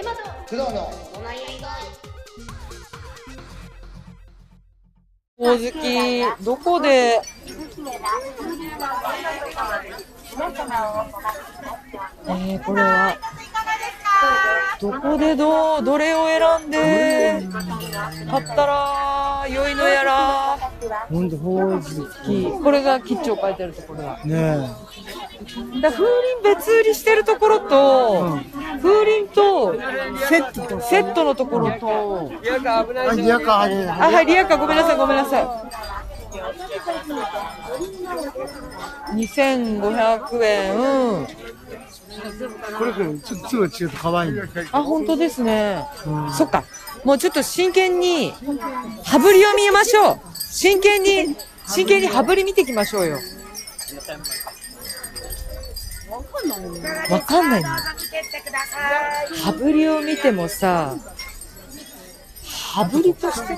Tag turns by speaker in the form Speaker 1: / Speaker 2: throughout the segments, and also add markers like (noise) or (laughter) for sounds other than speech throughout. Speaker 1: 工藤の
Speaker 2: ほおずき、どこで、えー、これは、どこでどう、どれを選んで、買ったら、良いのやら、
Speaker 1: ほんとほうじ
Speaker 2: きこれが吉を書いてあるところだ。
Speaker 1: ね
Speaker 2: だ風鈴別売りしてるところと、風鈴と、セットと、セットのところと、
Speaker 1: えあリアカーあれ
Speaker 2: あ、はい、リアカ、ごめんなさい、ごめんなさい。2500円、うん。
Speaker 1: これこれちょっと粒が違うと可愛いね
Speaker 2: あ、本当ですね。そっか。もうちょっと真剣に、羽振りを見ましょう。真剣に、真剣に羽振り見ていきましょうよ。わかんないの羽振りを見てもさ、羽振りとして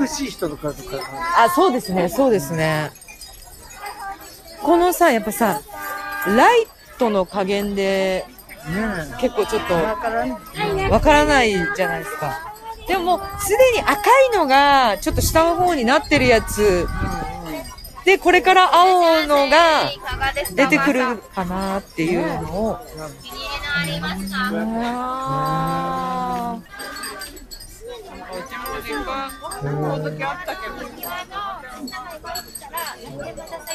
Speaker 1: 美しい人とかとか
Speaker 2: あ、そうですね、そうですね。このさ、やっぱさ、ライトの加減で、
Speaker 1: ね
Speaker 2: 結構ちょっと、
Speaker 1: えわからんね
Speaker 2: わからないじゃないですか。でももう、すでに赤いのが、ちょっと下の方になってるやつ。で、これから青のが出てくるかなっていうのを。あー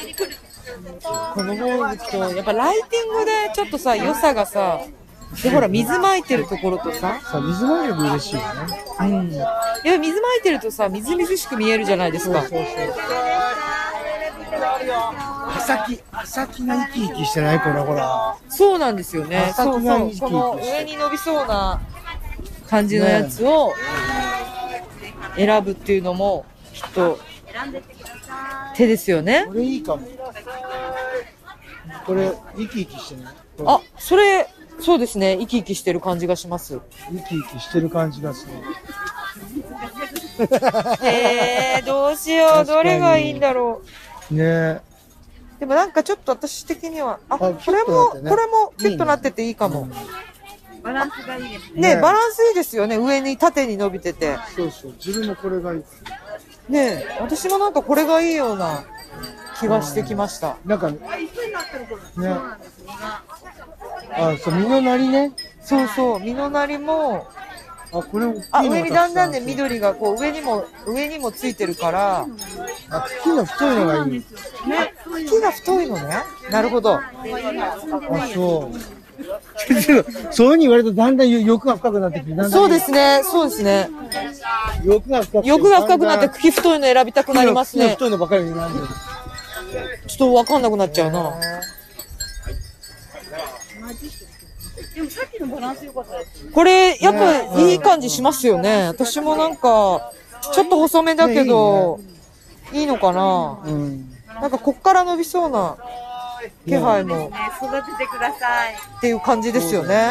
Speaker 2: この方向と、やっぱライティングでちょっとさ、良さがさ、で、ほら、水まいてるところとさ、
Speaker 1: さあ水回りも嬉しいよね
Speaker 2: うん。いや、水まいてるとさ、みずみずしく見えるじゃないですか。
Speaker 1: 朝木朝木が生き生きしてないこれほら
Speaker 2: そうなんですよね。
Speaker 1: あ
Speaker 2: そうそう。
Speaker 1: 先が
Speaker 2: この上に伸びそうな感じのやつを選ぶっていうのも、きっと、手ですよね
Speaker 1: こ。れいいかもこれ生き生きしてないこれ
Speaker 2: あ、それ、そうですね。生き生きしてる感じがします。 (laughs)
Speaker 1: 生き生きしてる感じがする
Speaker 2: えー、どうしよう。どれがいいんだろう。
Speaker 1: ね
Speaker 2: でもなんかちょっと私的には、あ、
Speaker 1: あ
Speaker 2: これも、
Speaker 1: キュッとなってね
Speaker 2: これもキュッとなってていいかも。
Speaker 3: バランスがいいです。
Speaker 2: ね
Speaker 1: ね
Speaker 2: バランスいいですよね。上に縦に伸びてて。
Speaker 1: そうそう自分もこれがいい
Speaker 2: ねえ、私もなんかこれがいいような気がしてきました。
Speaker 1: なんかねあそう実のなりね
Speaker 2: そうそう、実のなりも、
Speaker 1: あこれ大きいの
Speaker 2: あ、上にだんだんね、
Speaker 1: 緑
Speaker 2: 緑がこう、上にも、上にもついてるから、
Speaker 1: あ茎の太いのがいい
Speaker 2: 茎が太いのね。なるほど。
Speaker 1: あそうそういうふうに言われるとだんだん欲が深くなってきてだんだん
Speaker 2: そうですね、そうですね。
Speaker 1: 欲が深く
Speaker 2: 欲が深くなって
Speaker 1: く
Speaker 2: 茎太いの選びたくなりますね。ちょ
Speaker 1: 太いのばかりになんでる
Speaker 2: っとわかんなくなっちゃうな。
Speaker 3: でもさっきのバランス良かったです。
Speaker 2: これ、やっぱいい感じしますよね。私もなんか、ちょっと細めだけど、いいのかな。
Speaker 1: うん
Speaker 2: なんかこっから伸びそうな気配も。
Speaker 3: ね、育ててください。
Speaker 2: っていう感じですよね。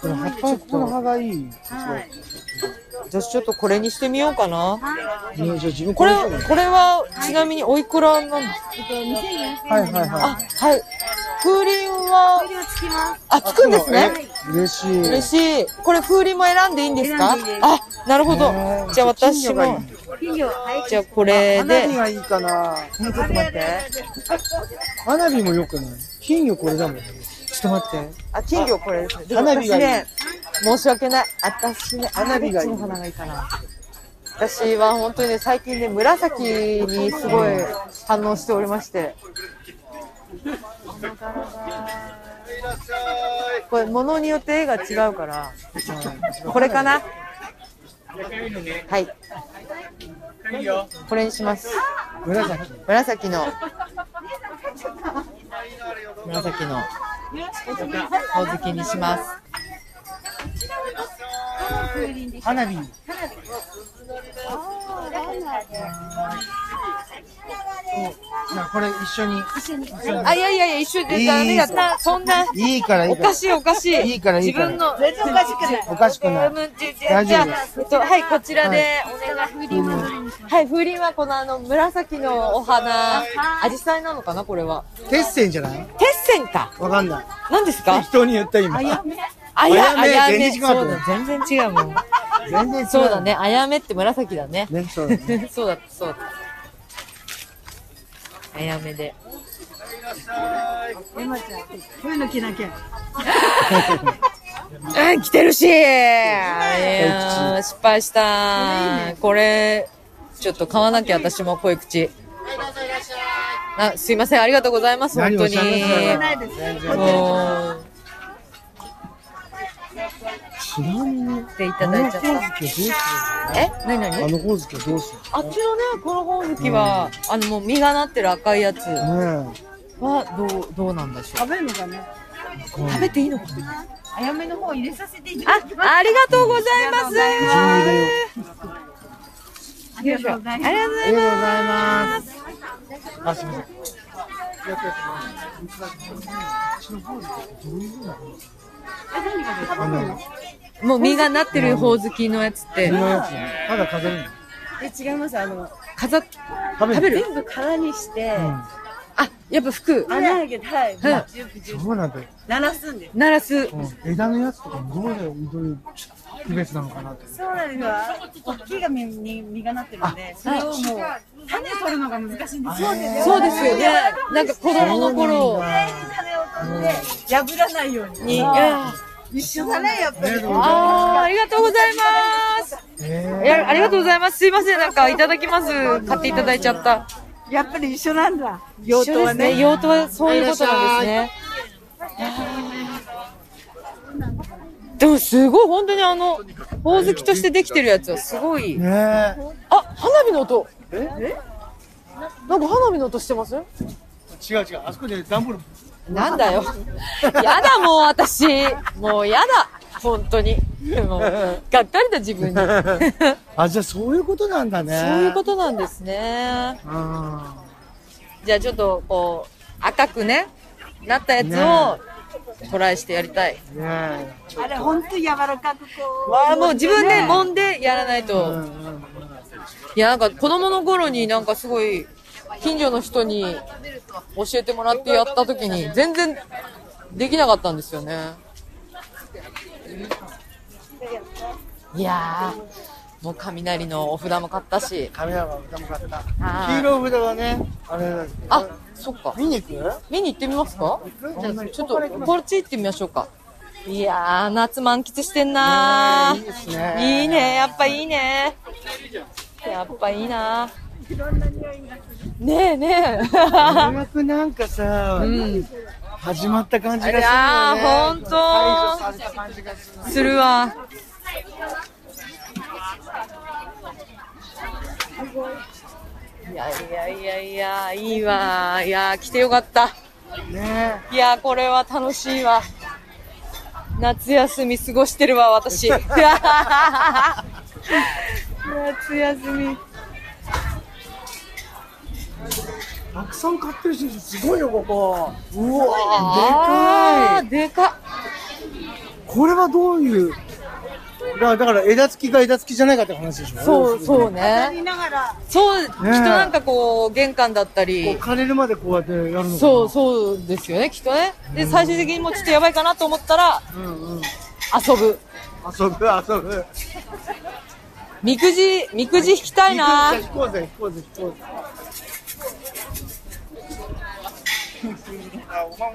Speaker 1: この葉っぱここの葉がいい
Speaker 3: はい。
Speaker 2: じゃあちょっとこれにしてみようかな。
Speaker 1: ねじゃあ自分
Speaker 2: これ
Speaker 1: にしようか、
Speaker 2: これはちなみにおいくらなんですか
Speaker 1: はいはいは
Speaker 2: あ、はい。風鈴は、
Speaker 3: 量つきます。
Speaker 2: あ、つくんですね。
Speaker 1: い嬉しい
Speaker 2: 嬉しい。これ風鈴も選んでいいんですか
Speaker 3: 選んでいいです
Speaker 2: あ、なるほど
Speaker 1: ね。え
Speaker 2: じゃあ私
Speaker 1: 金魚がい
Speaker 2: も
Speaker 1: い、
Speaker 3: 金魚、はい。
Speaker 2: じゃあこれ
Speaker 1: 花火
Speaker 2: で、
Speaker 1: がいいかな
Speaker 2: ちょっと待って。
Speaker 1: 花火も良くない金魚これだもんね
Speaker 2: ちょっと待って。あ、金魚これですね。でも
Speaker 1: 花火がい
Speaker 2: 私
Speaker 1: い
Speaker 2: ね、申し訳ない。私ね、
Speaker 1: 花火がいい
Speaker 2: どっちの花がいいかな。私は本当にね、最近ね、紫にすごい反応しておりまして。これ、物によって絵が違うから、これかな。はい。これにします。
Speaker 1: 紫
Speaker 2: 紫の。紫の。ほおずきにします。
Speaker 1: 花火じゃあこれ一緒に
Speaker 2: あ、いやいやいや、一緒でダメだった。そんな、
Speaker 1: いいからいい
Speaker 2: お
Speaker 1: から
Speaker 2: かしいおかしい。
Speaker 1: いいからいいから
Speaker 2: 自分の、
Speaker 3: 全然おかしくない。
Speaker 1: おかしくない大
Speaker 2: じ
Speaker 1: 丈
Speaker 2: ゃあ
Speaker 1: 夫です
Speaker 2: えっと、はい、こちらでお願い。はい、風鈴はこのあの、紫のお花、アジサイなのかな、これは。
Speaker 1: 鉄線じゃない
Speaker 2: 鉄線か。
Speaker 1: わかんない
Speaker 2: 何ですか
Speaker 1: 人に言った今
Speaker 2: あや、あ
Speaker 1: あ
Speaker 2: やめ。
Speaker 1: やめ全然違う
Speaker 2: そうだ、全然違うもん。
Speaker 1: 全然違う。
Speaker 2: そうだね。。あやめって紫だね。
Speaker 1: ね、そうだね。
Speaker 2: そうだった、そうだった。あやめで。
Speaker 3: エマちゃん、こういうの着なきゃ。
Speaker 2: うん、来てるしいやー失敗したこれ、ちょっと買わなきゃ私も濃い口。あすいません、ありがとうございます、本
Speaker 1: 何
Speaker 2: 当
Speaker 1: をおっ
Speaker 2: に
Speaker 1: しゃいます
Speaker 3: 着
Speaker 1: えー
Speaker 3: ないです。
Speaker 2: もう、
Speaker 1: ちなみに、
Speaker 2: ってい
Speaker 1: あ
Speaker 2: ただ
Speaker 1: の
Speaker 2: いちゃっ
Speaker 1: ほおずきはどうする
Speaker 2: た。え何
Speaker 1: のあ
Speaker 2: 何
Speaker 1: のほおずきはどうする
Speaker 2: あっちのね、このほおずきは、あの、もう実がなってる赤いやつは、
Speaker 1: のね
Speaker 2: どう、どうなんでしょう。
Speaker 3: 食べるのかな
Speaker 2: 食べていいのかな
Speaker 3: あやめの方入れさせていた
Speaker 2: あ、ありがとうございます
Speaker 1: え。口に入れよう。
Speaker 3: ありがとうございま
Speaker 2: ありがとうございます。
Speaker 1: あ、すみません。あの、
Speaker 2: もう実がなってるほおずきのやつって
Speaker 1: こ、のやつ、ただ飾るの。
Speaker 3: す。え、違います。あの、
Speaker 2: 飾っ、
Speaker 1: 食べ
Speaker 2: 食べる
Speaker 1: る。
Speaker 3: 全部殻にして、
Speaker 2: あ、やっぱ服、
Speaker 3: 穴開けて、はい、
Speaker 2: ん
Speaker 3: ジュープジュープ
Speaker 1: そうなんだよ。
Speaker 3: 鳴らすんです。
Speaker 2: 鳴らす。
Speaker 1: うん枝のやつとかもどうだよ、どういう区別なのかなって。
Speaker 3: そうなんですよ。木が実に実がなってるんで、それをもう種取るのが難しいんですよ。そうです
Speaker 2: そうですよね。なんか子供の頃
Speaker 3: 種を取って破らないように。
Speaker 2: に。あ
Speaker 3: 一緒だねやっぱり。
Speaker 2: あー、ありがとうございます。い
Speaker 1: え
Speaker 2: や、ありがとうございます。すいません。なんかいただきます。買っていただいちゃった。
Speaker 3: やっぱり一緒なんだ。
Speaker 2: 用途はね。用途はそういうことなんですね。あーでもすごい、本当にあの、ほおずきとしてできてるやつはすごい
Speaker 1: ー。。ね
Speaker 2: あ、花火の音。えなんか花火の音してません
Speaker 1: え。違う違う、あそこで段ボール。
Speaker 2: なんだよ。やだもう私。もうやだ。本当に。もう、がっかりだ自分に。
Speaker 1: あ、じゃあそういうことなんだね。
Speaker 2: そういうことなんですね。
Speaker 1: と。うん。
Speaker 2: じゃあちょっとこう、赤くね、なったやつをトライしてやりたい。
Speaker 1: ねえ。
Speaker 3: あれ本当柔らかくこう。
Speaker 2: わあ、もう自分で揉んでやらないうと。
Speaker 1: んうんうん
Speaker 2: いや、なんか子供の頃になんかすごい、近所の人に教えてもらってやった時に全然できなかったんですよね。いやー、もう雷のお札も買ったし。
Speaker 1: カメラが歌も買った。
Speaker 2: はい
Speaker 1: 黄色い札はね、あれなんですけど
Speaker 2: あ、そっか。
Speaker 1: 見に行く
Speaker 2: 見に行ってみますか
Speaker 1: じゃあ
Speaker 2: ちょっと、こっち行ってみましょうか。いやー、夏満喫してんなー。
Speaker 1: ねえいいですね
Speaker 2: いいね、やっぱいいね。やっぱいいなー。ねえね
Speaker 1: 音楽なんかさ、
Speaker 2: え。うん。
Speaker 1: 始まった感じがするよね。
Speaker 2: あらーほんと
Speaker 1: 解除された感じがする。
Speaker 2: するわ。いやいやいやいや、いいわー。いやー、来てよかった。
Speaker 1: ね
Speaker 2: いやー、これは楽しいわ。夏休み過ごしてるわ、私。 (laughs) 夏休み。
Speaker 1: たくさん買ってるし、すごいよ、ここ。う
Speaker 2: あ
Speaker 1: わー、
Speaker 2: ーで
Speaker 1: でかい。
Speaker 2: か
Speaker 1: これはどういう。だだから枝付きが枝付きじゃないかって話でしょ
Speaker 2: い。そう、そう
Speaker 3: 飾
Speaker 2: ね。
Speaker 3: りながら。
Speaker 2: そう、きっとなんかこう、玄関だった
Speaker 1: こう
Speaker 2: り。
Speaker 1: 枯れるまでこうやってやるのかな
Speaker 2: そう、そうですよね、きっとね。で、最終的にもうちょっとやばいかなと思ったら、
Speaker 1: うんうん。
Speaker 2: 遊ぶ。
Speaker 1: 遊ぶ遊ぶ。
Speaker 2: みくじ、みくじ引きたいな
Speaker 1: 引こうぜ引こうぜ引こうぜ。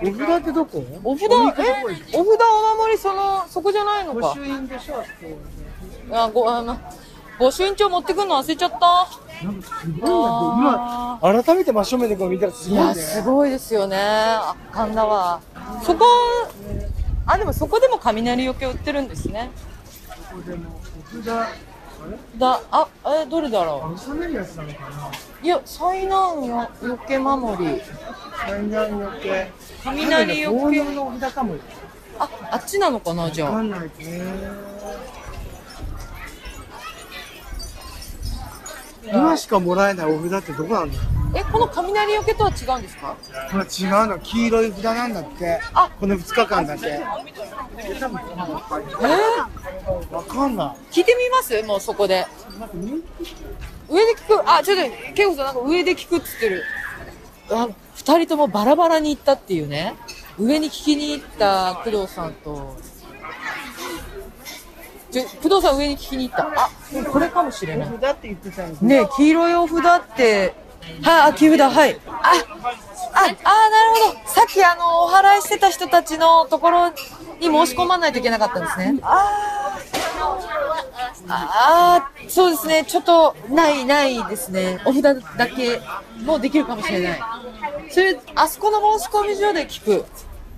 Speaker 1: お札ってどこ？
Speaker 2: お札、え
Speaker 1: おみくじどこ行く
Speaker 2: お札お守り、その、そこじゃないの
Speaker 1: 御
Speaker 2: か
Speaker 1: 朱。印でしょあそこ。
Speaker 2: あ、ご、あの、ご朱印帳持ってくんの忘れちゃった。
Speaker 1: なんかすごいんだけど今改めて真正面でこう見たらす
Speaker 2: い
Speaker 1: ごいね
Speaker 2: や、。すごいですよね。圧巻だわ。そこ、あ、でもそこでも雷よけ売ってるんですね。
Speaker 1: ここでもお札あれ？
Speaker 2: だ、あ、え、どれだろ
Speaker 1: 収めるやつなのかな？
Speaker 2: う。いや、災難よよけ守り。
Speaker 1: 雷よけ。
Speaker 2: 雷よ
Speaker 1: なんかね
Speaker 2: け。
Speaker 1: 奉納のお札かもよ。
Speaker 2: あ、あっちなのかな、じ
Speaker 1: わか
Speaker 2: ゃあ。
Speaker 1: んないね。今しかもらえないお札ってどこなんだろう
Speaker 2: え、この雷よけとは違うんですか
Speaker 1: これ違うの黄色い札なんだって
Speaker 2: あ
Speaker 1: この2日間だけ
Speaker 2: え
Speaker 1: わかんな
Speaker 2: 聞いてみますもうそこで。
Speaker 1: いなんか人
Speaker 2: 上で聞く、あ、ちょっと、ケイコさんなんか上で聞くっつってる。あ、二人ともバラバラに行ったっていうね。上に聞きに行った工藤さんと、じゃ、工藤さん上に聞きに行った。あ、これかもしれない。
Speaker 3: だって言ってたんです
Speaker 2: ねえ黄色いお札って、はい、あ、木札、はい。あ、あ、あ、なるほど。さっきあの、お払いしてた人たちのところに申し込まないといけなかったんですね。あーあー、そうですね。ちょっと、ない、ないですね。お札だけもできるかもしれない。それ、あそこの申し込み所で聞く。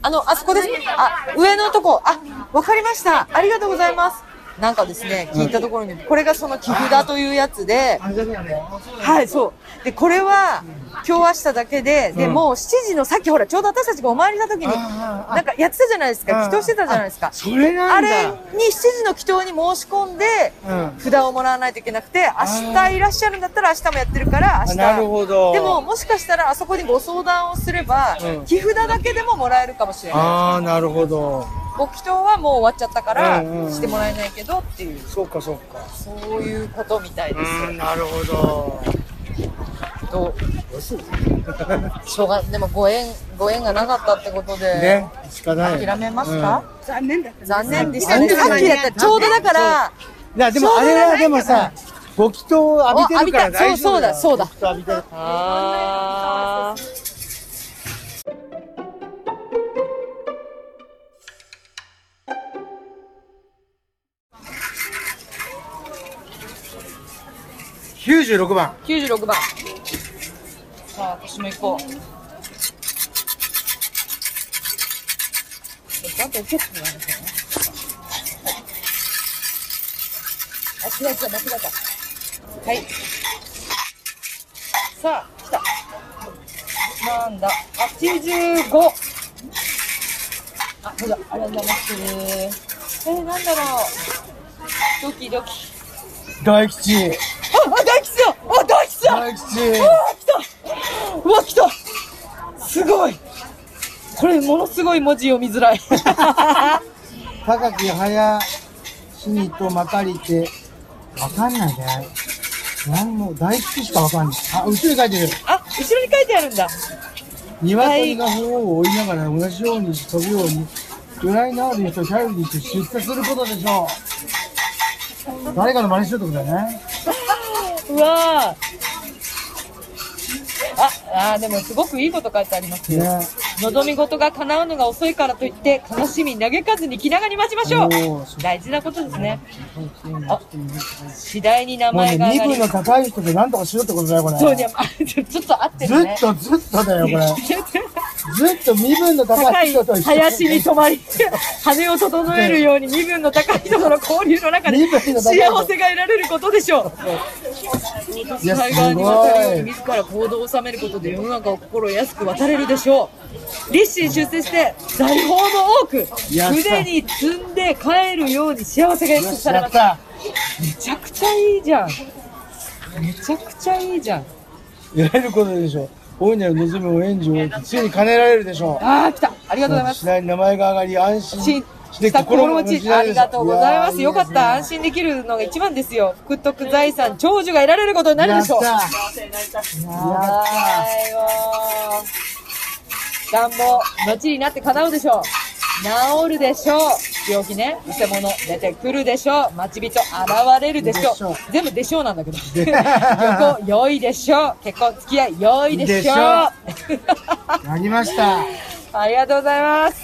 Speaker 2: あの、あそこです。あ、上のとこ。あ、わかりました。ありがとうございます。なんかですね、聞いたところに、これがその木札というやつで、はい、そう。で、これは、今日明日だけで、で、
Speaker 1: うん
Speaker 2: もう7時の、さっきほら、ちょうど私たちがお参りした時に、
Speaker 1: あーあー
Speaker 2: なんかやってたじゃないですか、
Speaker 1: あー
Speaker 2: 祈祷してたじゃないですか。
Speaker 1: それ
Speaker 2: あ
Speaker 1: なん
Speaker 2: れ
Speaker 1: だ
Speaker 2: に、7時の祈祷に申し込んで、
Speaker 1: うん
Speaker 2: 札をもらわないといけなくて、明日いらっしゃるんだったら明日もやってるから、明
Speaker 1: あ
Speaker 2: 日。
Speaker 1: なるほど
Speaker 2: でも、もしかしたらあそこにご相談をすれば、
Speaker 1: うん
Speaker 2: 木札だけでももらえるかもしれない。
Speaker 1: ああなるほど
Speaker 2: ご祈祷はもう終わっちゃったから、
Speaker 1: うんうん
Speaker 2: してもらえないけどっていう、
Speaker 1: そうかそうか
Speaker 2: そういうことみたいですよ
Speaker 1: うんなるほど
Speaker 2: と、しょうが、でもご縁、ご縁がなかったってことで、
Speaker 1: ねしかない
Speaker 2: 諦めますか、
Speaker 3: 残念だった
Speaker 2: 残念でしたね。
Speaker 1: うん
Speaker 2: さっきだったら、ちょうどだから、
Speaker 1: いやでもあれはでもさご祈祷を浴びてるから
Speaker 2: お浴びた
Speaker 1: 大丈夫よ
Speaker 2: そうそうだ
Speaker 1: ご祈祷浴びてる
Speaker 2: あ
Speaker 1: 96番
Speaker 2: ー、96番。さあ、私も行こう。ちゃんと受け付けないのかなあ、違う違う、間違えた。はい。さあ、来た。なんだ、85。あ、ほら、ありがとうございます。えー、なんだろう。ドキドキ。
Speaker 1: 大吉
Speaker 2: あ、あ、大吉さんあ、大吉さん
Speaker 1: 大吉
Speaker 2: あ、来たうわ、来たすごいこれ、ものすごい文字読みづらい。
Speaker 1: 高木早死にとまかりてわかんないねなんも大吉しかわかんないあ後ろに書いてる
Speaker 2: あ、後ろに書いてあるんだ。
Speaker 1: 鶏が鳳凰を追いながら同じように飛ぶように由来のある人を頼りにして出世することでしょう誰かの真似しようってことだよね
Speaker 2: うわあ、あーでもすごくいいこと書いてありますよ。
Speaker 1: ね
Speaker 2: 望み事が叶うのが遅いからといって、悲しみに嘆かずに気長に待ちましょう
Speaker 1: おーそう
Speaker 2: 大事なことですね。
Speaker 1: あ
Speaker 2: 次第に名
Speaker 1: もう
Speaker 2: 前
Speaker 1: ね
Speaker 2: が上が
Speaker 1: 身
Speaker 2: り
Speaker 1: 分の高い人で何とかしようってことだよこれ
Speaker 2: そうね、あちょちょっと合って
Speaker 1: ず
Speaker 2: る
Speaker 1: っ
Speaker 2: ね。
Speaker 1: とずっとだよこれずっと身分の
Speaker 2: 高
Speaker 1: 高い
Speaker 2: い
Speaker 1: 人と一緒
Speaker 2: 林に止まり、羽を整えるように身分の高い人との交流の中で
Speaker 1: 身分
Speaker 2: 幸
Speaker 1: の高い
Speaker 2: せ
Speaker 1: 人
Speaker 2: が得られることでしょう。
Speaker 1: いや
Speaker 2: 災害
Speaker 1: す
Speaker 2: に
Speaker 1: ご
Speaker 2: 渡るように
Speaker 1: い
Speaker 2: 自ら行動を収めることで世の中を心安く渡れるでしょう立身出世して財宝も多く
Speaker 1: やった
Speaker 2: 腕に積んで帰るように幸せが約束され
Speaker 1: や
Speaker 2: ま
Speaker 1: っ
Speaker 2: す
Speaker 1: た
Speaker 2: めちゃくちゃいいじゃんめちゃくちゃいいじゃん
Speaker 1: 得られることでしょう大いなる望みを援助をついに兼ねられるでしょう
Speaker 2: ああ来たありがとうございます
Speaker 1: 次第に名前が上がり安
Speaker 2: し
Speaker 1: 心して
Speaker 2: した
Speaker 1: 心
Speaker 2: 心
Speaker 1: 持
Speaker 2: 持
Speaker 1: ち
Speaker 2: ちありがとうございますよかった安心できるのが一番ですよ福徳財産長寿が得られることになるでしょう
Speaker 1: やった
Speaker 2: はーいわー願望、後になって叶うでしょう。治るでしょう。病気ね、偽物出てくるでしょう。待ち人現れるでしょう。
Speaker 1: でしょう
Speaker 2: 全部でしょうなんだけど。旅行良いでしょう。結婚付き合い良いでしょう。
Speaker 1: でしょうやりました
Speaker 2: (laughs) ありがとうございます。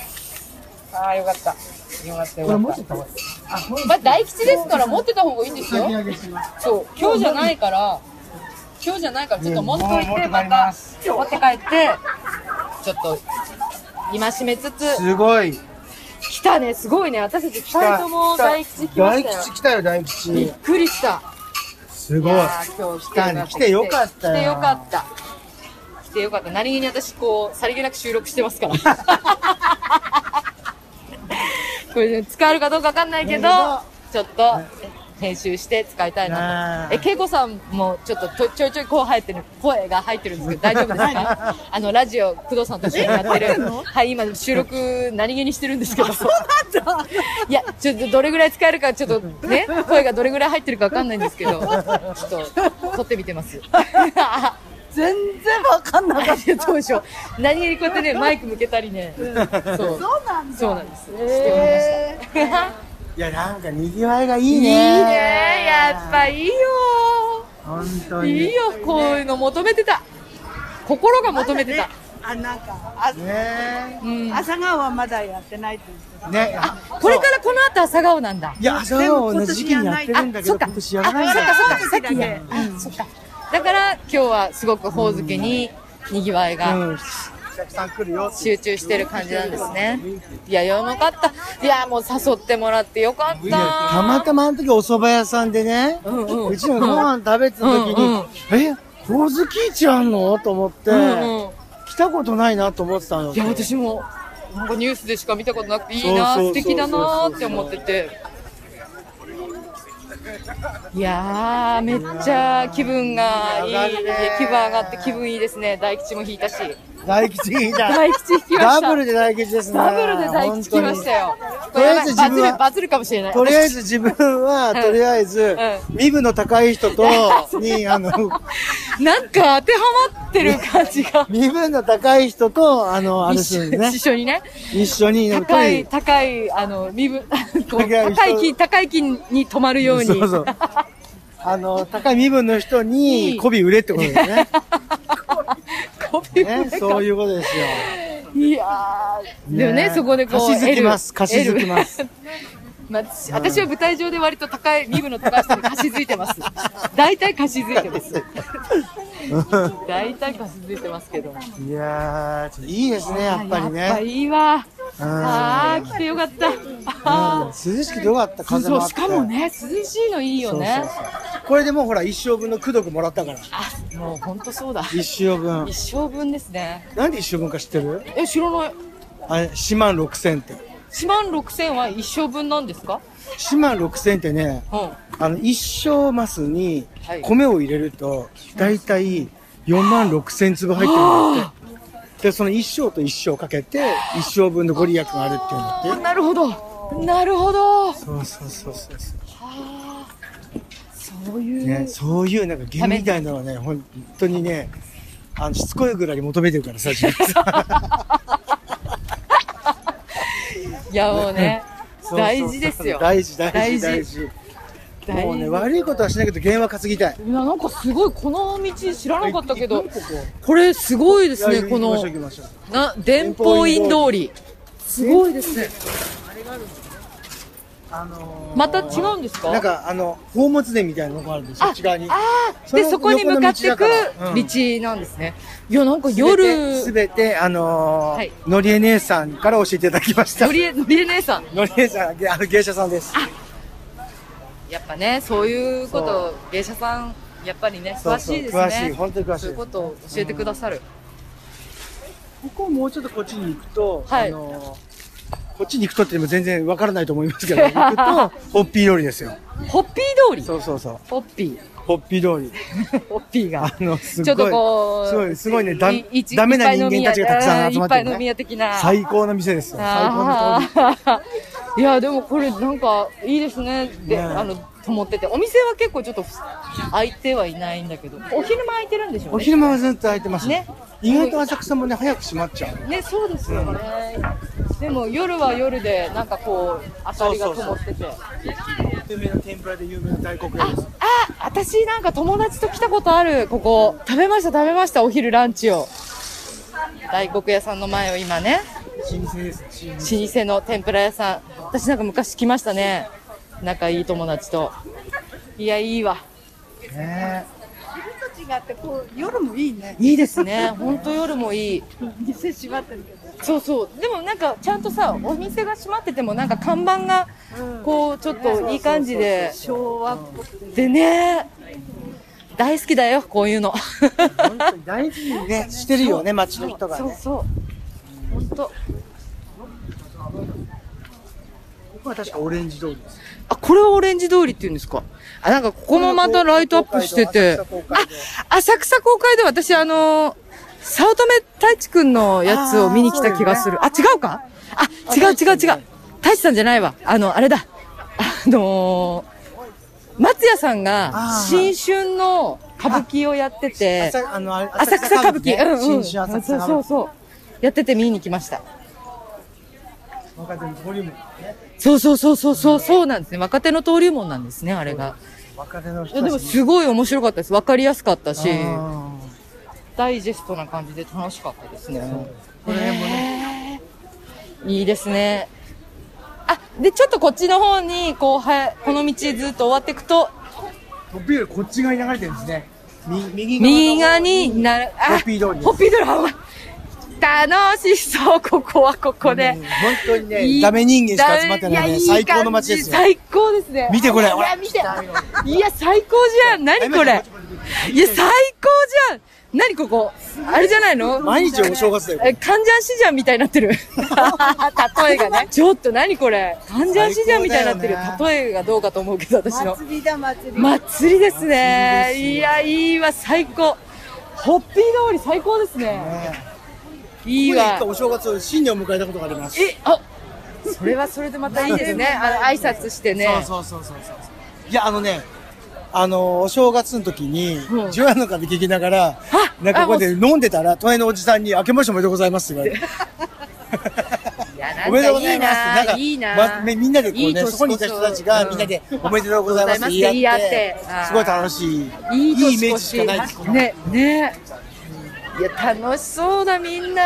Speaker 2: ああ、よかった。よかったよか
Speaker 1: これ
Speaker 2: っ
Speaker 1: 持ったて。た方がいい
Speaker 2: まあ、大吉ですから持ってた方がいいんですよ
Speaker 1: 先。上げします
Speaker 2: そう、今日じゃないから、今日じゃないから、ちょっと持っとい、
Speaker 1: もう持ってて
Speaker 2: ま
Speaker 1: 帰り
Speaker 2: た
Speaker 1: ま
Speaker 2: 持って帰って、ちょっと、戒めつつ、
Speaker 1: すごい
Speaker 2: 来たね、すごいね、私たち
Speaker 1: 来
Speaker 2: 2人とも大吉来ましたよ
Speaker 1: 大。吉来たよ大
Speaker 2: び
Speaker 1: 吉
Speaker 2: っくりした。
Speaker 1: す
Speaker 2: い
Speaker 1: ごい
Speaker 2: やー今日来てよかった。
Speaker 1: 来たね来てよかったよ
Speaker 2: 来てよかった。来てよかった。何気に私、こう、さりげなく収録して
Speaker 1: (laughs)
Speaker 2: ますから。これ、ね、使えるかどうかわかんないけど
Speaker 1: だ、
Speaker 2: ちょっと、編集して使いたいな
Speaker 1: なあ
Speaker 2: と。え、恵子さんもちょっととちょいちょいこう入ってる、声が入ってるんですけど、大丈夫ですかあの、ラジオ、工藤さんと一緒にやってる。はい、今収録、何気にしてるんですけど。そうなんだいや、ちょっとどれぐらい使えるか、ちょっとね、声がどれぐらい入ってるかわかんないんですけど、ちょっと、撮ってみてます。
Speaker 3: 全然わかんなかっ
Speaker 2: どうでしょう。何気にこうやってね、マイク向けたりね。そう。
Speaker 3: た。そうなんだ。
Speaker 2: そうなんです。
Speaker 3: えー
Speaker 2: して
Speaker 1: いや、なんか賑わいが
Speaker 2: (laughs)
Speaker 1: い
Speaker 2: い
Speaker 1: い
Speaker 2: いね
Speaker 1: ね。
Speaker 2: やっぱいいよ
Speaker 1: 本当に。
Speaker 2: いいよこういうの求めてた心が求めてた、
Speaker 3: あなんかあ
Speaker 1: ね
Speaker 2: うん、あ
Speaker 3: 朝顔はまだやってないって言って
Speaker 1: ね。
Speaker 3: た
Speaker 2: これからこの後朝顔なんだ
Speaker 1: いや、朝顔は同じ時期にやってるんだけ
Speaker 2: そ
Speaker 1: ど、
Speaker 2: っか
Speaker 1: 今年やらないん
Speaker 2: あ
Speaker 1: だ
Speaker 2: そっか
Speaker 1: よ。
Speaker 2: そっかさっきや、あそっかだから今日はすごくほおずきににぎわいが、
Speaker 1: うん。お客さん来るよって。
Speaker 2: 集中してる感じなんですね。いや、よかった。いや、もう誘ってもらってよかった。
Speaker 1: たまたまあの時お蕎麦屋さんでね、
Speaker 2: うんうん
Speaker 1: うちのご飯食べてた時に、
Speaker 2: うんうん
Speaker 1: え、ほおずき市あんのと思って、
Speaker 2: うんうん。
Speaker 1: 来たことないなと思ってたの。
Speaker 2: いや、私も、なんかニュースでしか見たことなくていいな、
Speaker 1: そうそうそうそ
Speaker 2: 素
Speaker 1: う
Speaker 2: 敵だなーって思ってて。いやー、めっちゃ気分がいい。
Speaker 1: 上がるね
Speaker 2: 気分上がって気分いいですね。大吉も引いたし。
Speaker 1: 大吉引いた。
Speaker 2: 大吉引きました。
Speaker 1: ダブルで大吉ですね。
Speaker 2: ダブルで大吉来ましたよ。
Speaker 1: 当にとりあえず自分
Speaker 2: こ
Speaker 1: は
Speaker 2: れやばいバズる、バズるかもしれない。
Speaker 1: 本当に。とりあえず自分は、とりあえず、身分の高い人と、に、あの、
Speaker 2: なんか当てはまってる感じが。
Speaker 1: 身分の高い人と、あの、あれするんです
Speaker 2: 一
Speaker 1: ね。
Speaker 2: 緒にね。
Speaker 1: 一緒に、やっ
Speaker 2: 高
Speaker 1: ぱ
Speaker 2: い、
Speaker 1: り
Speaker 2: 高い、あの、身分、こう
Speaker 1: 高い人
Speaker 2: 高い木、高い木に止まるように。
Speaker 1: そうそうあの、高い身分の人
Speaker 2: に
Speaker 1: に、媚び売れってことで
Speaker 2: (laughs)
Speaker 1: すね。
Speaker 2: コピー
Speaker 1: ね、そ
Speaker 2: (laughs)
Speaker 1: う
Speaker 2: い
Speaker 1: いうことですよ。
Speaker 2: いやー、でもね、
Speaker 1: ね
Speaker 2: そこでこう、。
Speaker 1: 貸し付きます貸し付きます
Speaker 2: まあ、私私は舞台上で割と高い、身分の高い人に貸し付いてます。大体貸し付いて
Speaker 1: (laughs)
Speaker 2: ます。大体貸し付いてますけども。
Speaker 1: いやー、ちょっといいですね、やっぱり
Speaker 2: やっぱ
Speaker 1: ね。
Speaker 2: いいわ。
Speaker 1: う
Speaker 2: あ
Speaker 1: ん
Speaker 2: ー、来てよかった。
Speaker 1: うん
Speaker 2: あ
Speaker 1: 涼しくてよかった、
Speaker 2: ー
Speaker 1: 風
Speaker 2: そ
Speaker 1: もあ
Speaker 2: う、
Speaker 1: っ
Speaker 2: し
Speaker 1: て。
Speaker 2: かもね、涼しいのいいよ
Speaker 1: そうそう
Speaker 2: ね。
Speaker 1: そうこれでもうほら、一生分の功徳もらったから。
Speaker 2: あ、もう本当そうだ。
Speaker 1: 一生分
Speaker 2: 一。生分ですね。
Speaker 1: なんで一生分か知ってる
Speaker 2: え、知らない。
Speaker 1: あれ、四万六千って。
Speaker 2: 1万6000は一生分なんですか
Speaker 1: 四万六千ってね、
Speaker 2: うん。
Speaker 1: あの、一生マスに
Speaker 2: はい
Speaker 1: 米を入れると、だいたい4万6千粒入ってるんだって。で、その一生と一生かけて、一生分のご利益があるっていうんだって。
Speaker 2: なるほど。なるほど。
Speaker 1: そうそうそうそうそ。
Speaker 2: そういうう。
Speaker 1: ね、そういうなんかゲームみたいなのはね、本当にね、あの、しつこいぐらいに求めて
Speaker 2: (laughs)
Speaker 1: るからさ、自分さ
Speaker 2: いや、もうね。
Speaker 1: (laughs) そうそうそう
Speaker 2: 大事ですよ。
Speaker 1: 大事、大
Speaker 2: 大
Speaker 1: 事、大
Speaker 2: 事
Speaker 1: 事。
Speaker 2: 大
Speaker 1: もうね、
Speaker 2: 事
Speaker 1: 悪いことはしないけど、ゲームは担ぎたい。
Speaker 2: いや、なんかすごい、この道知らなかったけど
Speaker 1: こ、こ
Speaker 2: これすごいで
Speaker 1: い
Speaker 2: す
Speaker 1: や
Speaker 2: ね、こ
Speaker 1: 行きま
Speaker 2: の
Speaker 1: しょう、行きましょう
Speaker 2: な、伝法院通り。すごいですね。
Speaker 1: あのー
Speaker 2: また違うんですか
Speaker 1: なんか、あの、宝物殿みたいなのがあるんですよ、
Speaker 2: あ
Speaker 1: こっち側に。
Speaker 2: ああ、
Speaker 1: その
Speaker 2: で、そこに向かっていく
Speaker 1: 横の道だからうん
Speaker 2: 道なんですね。いや、なんか夜、
Speaker 1: すべて、あのー
Speaker 2: はい
Speaker 1: のりえ姉さんから教えていただきました。
Speaker 2: の
Speaker 1: のり
Speaker 2: りえ、のりえ姉さん。
Speaker 1: えさん、あの芸者さんです。
Speaker 2: やっぱね、そういうこと、芸者さん、やっぱりね、詳しいですね。
Speaker 1: 詳しい、本当に詳しい。
Speaker 2: そういうことを教えてくださる。
Speaker 1: ここをもうちょっとこっちに行くと、
Speaker 2: はい
Speaker 1: あのーこっちに行くとっても全然わからないと思いま
Speaker 2: (laughs)
Speaker 1: すけど、行くと、ホッピー通りですよ。
Speaker 2: ホッピー通り
Speaker 1: そうそうそう。
Speaker 2: ホッピ
Speaker 1: ホッピー通り。
Speaker 2: ー。ホッピーが
Speaker 1: (laughs) あ。の、すごい。
Speaker 2: ちょっとこう、
Speaker 1: すごい、すごいね、だ
Speaker 2: いい
Speaker 1: ダメな人間たちがたくさん集まって
Speaker 2: いっぱい飲
Speaker 1: る、
Speaker 2: み
Speaker 1: ね。
Speaker 2: 屋的な。
Speaker 1: 最高の店ですよ。最高の通り。
Speaker 2: あーいや、でもこれなんかいいですね。で、
Speaker 1: ね
Speaker 2: あの、と思ってて。お店は結構ちょっと空いてはいないんだけど。お昼間空いてるんでしょ
Speaker 1: お
Speaker 2: うね。
Speaker 1: 昼間はずっと空いてます。
Speaker 2: ね
Speaker 1: ね。意外と浅草もね、早く閉まっちゃう。
Speaker 2: ね、そうですよね。でも夜は夜で、なんかこう、明かりが灯ってて。
Speaker 1: 有名な天ぷらで有名な大黒屋です。
Speaker 2: あ、私なんか友達と来たことある、ここ。食べました、食べました、お昼ランチを。大黒屋さんの前を今ね、
Speaker 1: 老舗です。老舗
Speaker 2: 老舗の天ぷら屋さん。私なんか昔来ましたね。仲いい友達と。いや、いいわ。
Speaker 1: ね
Speaker 3: 昼と違ってこう夜もいいね
Speaker 2: いいですね。ほんと夜もいい。
Speaker 3: 店閉まってるけど
Speaker 2: そうそう。でもなんか、ちゃんとさ、お店が閉まってても、なんか看板が、こう、ちょっといい感じで。
Speaker 3: 昭和っぽくて
Speaker 2: でね、大好きだよ、こういうの。
Speaker 1: 本当に大事にね、してるよね、街の人が
Speaker 2: そう
Speaker 1: ね。
Speaker 2: そう。ほんと。
Speaker 1: ここは確かオレンジ通りです。
Speaker 2: あ、これはオレンジ通りって言うんですかあ、なんかここもまたライトアップしてて
Speaker 1: 浅。草公会堂
Speaker 2: 浅草公会で私あのー、早乙女太一くんのやつを見に来た気がする。あ,、違うかあ、違う違う違う。太一さんじゃないわ。あの、あれだ。あのー、松屋さんが
Speaker 1: あー
Speaker 2: 新春の歌舞伎をやってて、
Speaker 1: 浅あのあれ
Speaker 2: 浅草歌舞伎、
Speaker 1: ね
Speaker 2: うんうん。
Speaker 1: 新春
Speaker 2: そう
Speaker 1: 浅草歌
Speaker 2: そ
Speaker 1: 舞
Speaker 2: うそう。やってて見に来ました。
Speaker 1: 伎。若手のボリューム。
Speaker 2: そうそうそうそうそう、そうなんですね。若手の登竜門なんですね、あれが。
Speaker 1: 若手の人
Speaker 2: いやでも
Speaker 1: たち
Speaker 2: すごい面白かったです。わかりやすかったし、
Speaker 1: あ
Speaker 2: ダイジェストな感じで楽しかったですね。
Speaker 1: ーこれもね、
Speaker 2: いいですね。あ、で、ちょっとこっちの方に、こう、は、この道ずっと終わっていくと、
Speaker 1: トッピーよりこっち側に流れてるんですね。み右側の
Speaker 2: 右側になる、あ、
Speaker 1: ホッピー通りです
Speaker 2: ホッピー通りあうわ楽しそう、ここはここで
Speaker 1: うん。本当に
Speaker 2: い
Speaker 1: ね、
Speaker 2: い
Speaker 1: ダメ人間しか集まってないね、
Speaker 2: や
Speaker 1: 最高の街ですよ
Speaker 2: い。い感じ最高ですね。
Speaker 1: 見てこれ
Speaker 2: い
Speaker 1: ほら
Speaker 2: や、見て。いや、最高じゃん。何これ。いや、最高じゃん。何ここ。あれじゃないの
Speaker 1: 毎日お正月だよ。
Speaker 2: え、患者死者みたいになってる。 (laughs) 例えがね。ちょっと何これ。患者死者みたいになってる。
Speaker 1: 最高
Speaker 2: 例えがどうかと思うけど、私の。
Speaker 3: 祭りだ、祭り。
Speaker 2: 祭りですね。
Speaker 1: 祭りですよ
Speaker 2: いや、いいわ、最高。ホッピー通り最高ですね。いい
Speaker 1: 僕一
Speaker 2: わ
Speaker 1: 回。お正月を新年を迎えたことがあります。
Speaker 2: え、あ、それはそれでまたいいですね。あの、挨拶してね。
Speaker 1: そうそうそうそうそう。いや、あのね、あの、お正月の時に、ジョアの壁聞きながら、なんかここで飲んでたら、隣のおじさんに、明けましておめでとうございますって言われて。
Speaker 2: いや、な
Speaker 1: お
Speaker 2: ん
Speaker 1: めでとう
Speaker 2: か
Speaker 1: ご
Speaker 2: い
Speaker 1: ざい
Speaker 2: い
Speaker 1: ます
Speaker 2: な。
Speaker 1: って。
Speaker 2: いいな。
Speaker 1: なんか、まみみんなでこう
Speaker 2: いい
Speaker 1: ね、
Speaker 2: 年
Speaker 1: そこにいた人たちが、
Speaker 2: こそ
Speaker 1: みんなで、おめでとうございますって言い合っ
Speaker 2: 言い合って
Speaker 1: て、すごい楽しい。
Speaker 2: いい
Speaker 1: いいイ
Speaker 2: 年
Speaker 1: メー
Speaker 2: 越
Speaker 1: ジしかないです
Speaker 2: し。ね、ね。いや、楽しそうだ、みんな。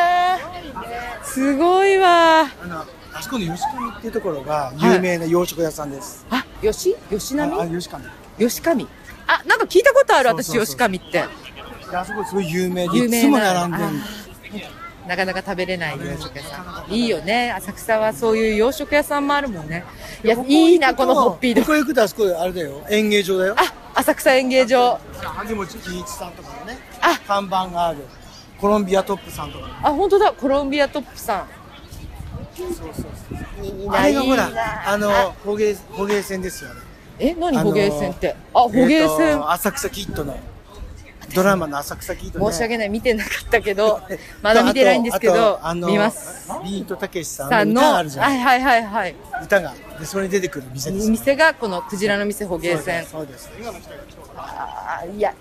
Speaker 2: すごいわ。
Speaker 1: あの、あそこの吉上っていうところが有名な洋食屋さんです。
Speaker 2: あ、よし吉
Speaker 1: ああ、
Speaker 2: 波
Speaker 1: 吉上。
Speaker 2: 吉上。あ、なんか聞いたことある、
Speaker 1: そうそ
Speaker 2: 私、
Speaker 1: うそう
Speaker 2: 吉上って。
Speaker 1: であそこすごい有名で、
Speaker 2: 有
Speaker 1: い
Speaker 2: 名
Speaker 1: つも
Speaker 2: な
Speaker 1: 並んでるの。
Speaker 2: あなかなか食べれない洋食屋さん。いいよね。浅草はそういう洋食屋さんもあるもんね。いや、いいな、このホッピー
Speaker 1: で。
Speaker 2: で
Speaker 1: こ。こ行くとあそこあれだよ、演芸場だよ。
Speaker 2: あ、浅草演芸場。
Speaker 1: 萩本欽一さんとかのね、
Speaker 2: あ
Speaker 1: 看板がある。コロンビアトップさんとか。
Speaker 2: あ、本当だ、コロンビアトップさん。
Speaker 1: あれがほら
Speaker 2: いい、な
Speaker 1: あの
Speaker 2: あ、
Speaker 1: 捕鯨、捕鯨船ですよね。
Speaker 2: え、何
Speaker 1: あの
Speaker 2: 捕鯨船って。あ、捕鯨
Speaker 1: えーと
Speaker 2: 船。
Speaker 1: 浅草キッドの。ドラマの浅草キッドね
Speaker 2: 申し訳ない、見てなかったけ
Speaker 1: (laughs)
Speaker 2: ど、まだ見てないんですけ
Speaker 1: あ
Speaker 2: ど
Speaker 1: とあ、の
Speaker 2: 見ます。
Speaker 1: ビートたけしさ
Speaker 2: さ
Speaker 1: ん
Speaker 2: ん
Speaker 1: の
Speaker 2: の、
Speaker 1: 歌が
Speaker 2: は
Speaker 1: あるじゃん
Speaker 2: いはいはいはい。
Speaker 1: 歌がでそれに出てくる店です
Speaker 2: 店がこのクジラの店捕鯨船。
Speaker 1: そうですそうです
Speaker 2: あーいや、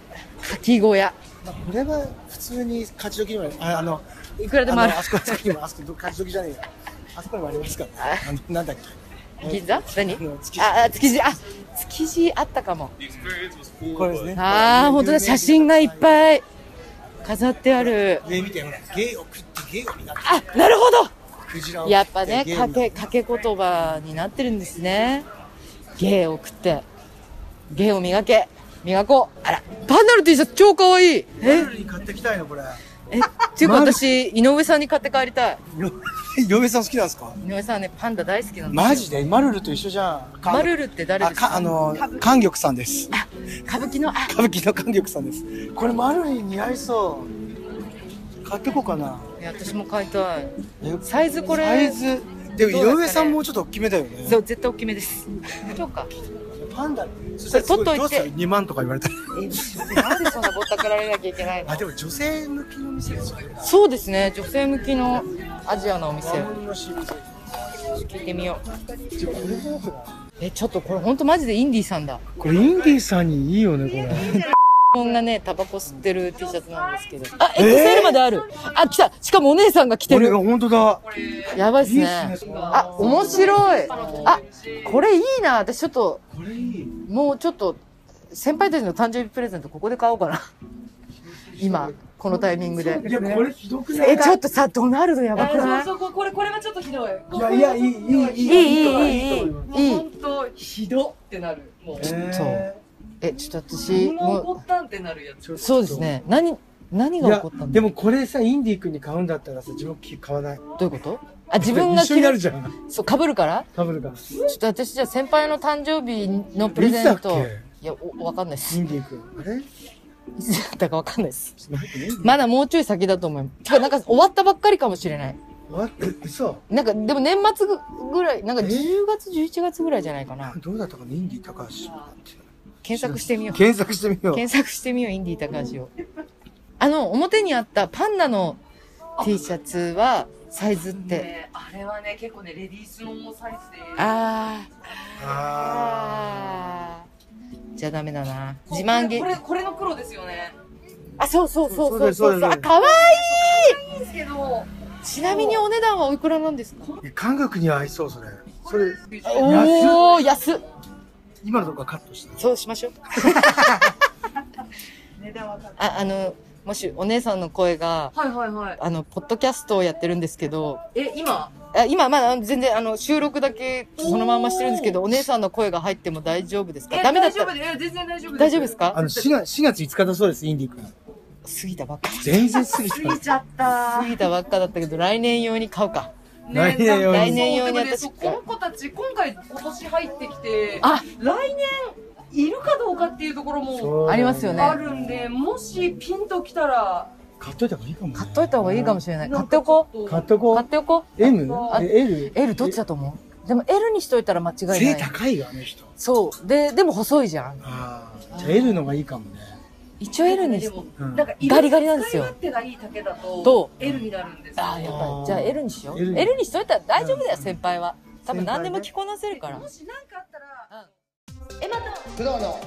Speaker 2: かき小屋。
Speaker 1: まあこれは普通に勝ち時にもありああの
Speaker 2: いくらでもあ
Speaker 1: あ
Speaker 2: る
Speaker 1: の。あそこあそこにもあそこ勝ち時じゃねえよあそこにもありますからねあのなんだっけ
Speaker 2: 銀座何
Speaker 1: の築地
Speaker 2: あ、あ築地、あ、築地あったかも。
Speaker 1: これですね
Speaker 2: ああ、本当だ、写真がいっぱい飾ってある。
Speaker 1: 上見てほら芸を食って芸を磨く
Speaker 2: あ、なるほど
Speaker 1: クジラを食て
Speaker 2: やっぱね、
Speaker 1: 芸を
Speaker 2: か
Speaker 1: 磨く
Speaker 2: け、かけ言葉になってるんですね。芸を食って。芸を磨け。磨こう。あら、パンダの T シャツ超可愛い。え、
Speaker 1: 夜に買ってきたいのこれ
Speaker 2: え、っていうか私、井上さんに買って帰りたい。
Speaker 1: よ (laughs) 嫁さん好きなんですか
Speaker 2: 井上さんはね、パンダ大好きなんですよ。
Speaker 1: マジでマルルと一緒じゃん
Speaker 2: マルルって誰
Speaker 1: あ
Speaker 2: ですか
Speaker 1: かあの韓玉さんです
Speaker 2: 歌舞伎の、あ、
Speaker 1: 歌舞伎の韓玉さんですこれマルリン似合いそう買ってこうかない
Speaker 2: や私も買いたい。
Speaker 1: え
Speaker 2: サイズこれ
Speaker 1: サイズで
Speaker 2: どうです
Speaker 1: も
Speaker 2: かね
Speaker 1: 井上さんもうちょっと大きめだよね
Speaker 2: そう、絶対大きめです。そうか。
Speaker 1: パンダそしたら
Speaker 2: 取っといて
Speaker 1: どうしたら2万とか言われたら
Speaker 2: え、なんでそんなぼったくられなきゃいけないの
Speaker 1: あでも女性向きの店ですよね
Speaker 2: そうですね、女性向きのアジアのお店。
Speaker 1: ラムネの新店
Speaker 2: 聞いてみよう。
Speaker 1: じゃあこれどうかな
Speaker 2: え、ちょっとこれほんとマジでインディーさんだ。
Speaker 1: これインディーさんにいいよねこれ
Speaker 2: こんなね、タバコ吸ってる T シャツなんですけど。あ、XL まである。あ、来た。しかもお姉さんが来て
Speaker 1: これ
Speaker 2: る。
Speaker 1: 本当だ
Speaker 2: やばいっす
Speaker 1: いいっ
Speaker 2: ね
Speaker 1: す。ね
Speaker 2: あ、面白い。あ、これいいな。私ちょっと、
Speaker 1: これいい
Speaker 2: もうちょっと、先輩たちの誕生日プレゼントここで買おうかな。今、このタイミングで。
Speaker 1: いやこれひどくない
Speaker 2: え、ちょっとさ、ドナルドやばくない
Speaker 3: そうそう、これ、これはちょっとひどい。
Speaker 1: いやいやいいいいい
Speaker 2: い
Speaker 1: い
Speaker 2: い、いい、いい、いい。いい。
Speaker 3: 本当ひどってなる。もう。
Speaker 1: え
Speaker 2: え、ちょっと私、も
Speaker 3: ったんってなるやつ。
Speaker 1: ー
Speaker 2: う、そうですね。何、何
Speaker 1: い
Speaker 2: が起
Speaker 1: や
Speaker 2: こったんだ
Speaker 1: で
Speaker 2: ろ
Speaker 1: もこれさインディー君に買うんだったらさ自分着買わないう
Speaker 2: どういうことあ、自分が
Speaker 1: 一緒に
Speaker 2: 着
Speaker 1: なる
Speaker 2: る、
Speaker 1: じゃん
Speaker 2: そう、被るから
Speaker 1: かぶるから
Speaker 2: ちょっと私じゃあ先輩の誕生日のプレゼント
Speaker 1: いつだっ
Speaker 2: いやおわかんないです
Speaker 1: インディー君あれ
Speaker 2: い (laughs) つだったかわかんないです
Speaker 1: ちょっと待ってね
Speaker 2: まだもうちょい先だと思いますてかなんか終わったばっかりかもしれない
Speaker 1: 待って嘘
Speaker 2: なんかでも年末ぐぐらいなんか10月11月ぐらいじゃないかな
Speaker 1: どうだったかなインディー高橋
Speaker 2: 検索してみよう
Speaker 1: 検索してみよう
Speaker 2: 検索してみようインディー高橋をあの表にあったパンダの T シャツはサイズって
Speaker 4: ねあれはね結構ねレディースのサイズで
Speaker 2: あー
Speaker 1: あ
Speaker 2: あーじゃあダメだな自慢げ
Speaker 4: これこれの黒ですよね
Speaker 2: あそうそうそうそうそう
Speaker 1: そ
Speaker 2: う
Speaker 1: ですそうです
Speaker 2: あ可愛い
Speaker 4: ですけど
Speaker 2: ちなみにお値段はおいくらなんですか
Speaker 1: あ韓国には合いそうそれそれ、
Speaker 2: おー、安っ。
Speaker 1: 今のとこはカットして。
Speaker 2: そうしましょう。
Speaker 5: 値段わかる。
Speaker 2: あ、あの、もしお姉さんの声が、
Speaker 3: はいはいはい。
Speaker 2: あの、ポッドキャストをやってるんですけど、
Speaker 3: え、今
Speaker 2: あ今、まだあの全然、あの、収録だけそのまんましてるんですけど、お姉さんの声が入っても大丈夫ですか
Speaker 3: え、
Speaker 2: ダメだっ
Speaker 3: 大
Speaker 2: た
Speaker 3: 丈
Speaker 2: ら
Speaker 3: 夫で、え、全然大丈夫です。
Speaker 2: 大丈夫ですか
Speaker 1: あの、4月、4月5日だそうです、インディ君。
Speaker 2: 過ぎたばっか。
Speaker 1: 全然過ぎて
Speaker 5: 過ぎちゃった
Speaker 2: 過。ぎたばっかだったけど、来年用に買うか。
Speaker 1: (laughs) 来年用に
Speaker 2: 来年用に
Speaker 3: そうでもね
Speaker 2: 私
Speaker 3: そうこの子たち、今回、今年入ってきて、
Speaker 2: あ
Speaker 3: 来年、いるかどうかっていうところも
Speaker 2: ありますよね
Speaker 3: あるんで、もしピンときたら、
Speaker 1: 買っといた方がいいかも、ね。
Speaker 2: 買っといた方がいいかもしれない。買
Speaker 3: な
Speaker 2: っ
Speaker 3: ん
Speaker 2: て
Speaker 3: か
Speaker 2: おこ
Speaker 3: ちょっ
Speaker 2: う。
Speaker 3: と
Speaker 1: 買っとこ
Speaker 2: 買っ
Speaker 1: う。
Speaker 2: ておこ
Speaker 1: M?
Speaker 2: あ
Speaker 1: え
Speaker 2: う。
Speaker 1: L?
Speaker 2: L どっちだと思うでも L にしといたら間違いな
Speaker 1: え
Speaker 2: い。
Speaker 1: 背高いよ、あの人。
Speaker 2: そう。で、でも細いじゃん。
Speaker 1: ああ。じゃあ L の方がいいかもね。
Speaker 2: 一応 L にし
Speaker 3: でも
Speaker 1: うん
Speaker 3: なんか
Speaker 2: ガリガリなんですよ
Speaker 3: 使い勝手がいい竹だと、
Speaker 2: と
Speaker 3: L になるんですよ
Speaker 2: ああ、やっぱ
Speaker 1: あー
Speaker 2: り。じゃあ L にしよう。
Speaker 1: L
Speaker 2: L
Speaker 1: に
Speaker 2: にしといたら大丈夫だよ、
Speaker 1: うん
Speaker 2: 先輩は。多分何でも着こなせるから。
Speaker 3: もし何かあったら、
Speaker 2: うん
Speaker 6: エマと工藤の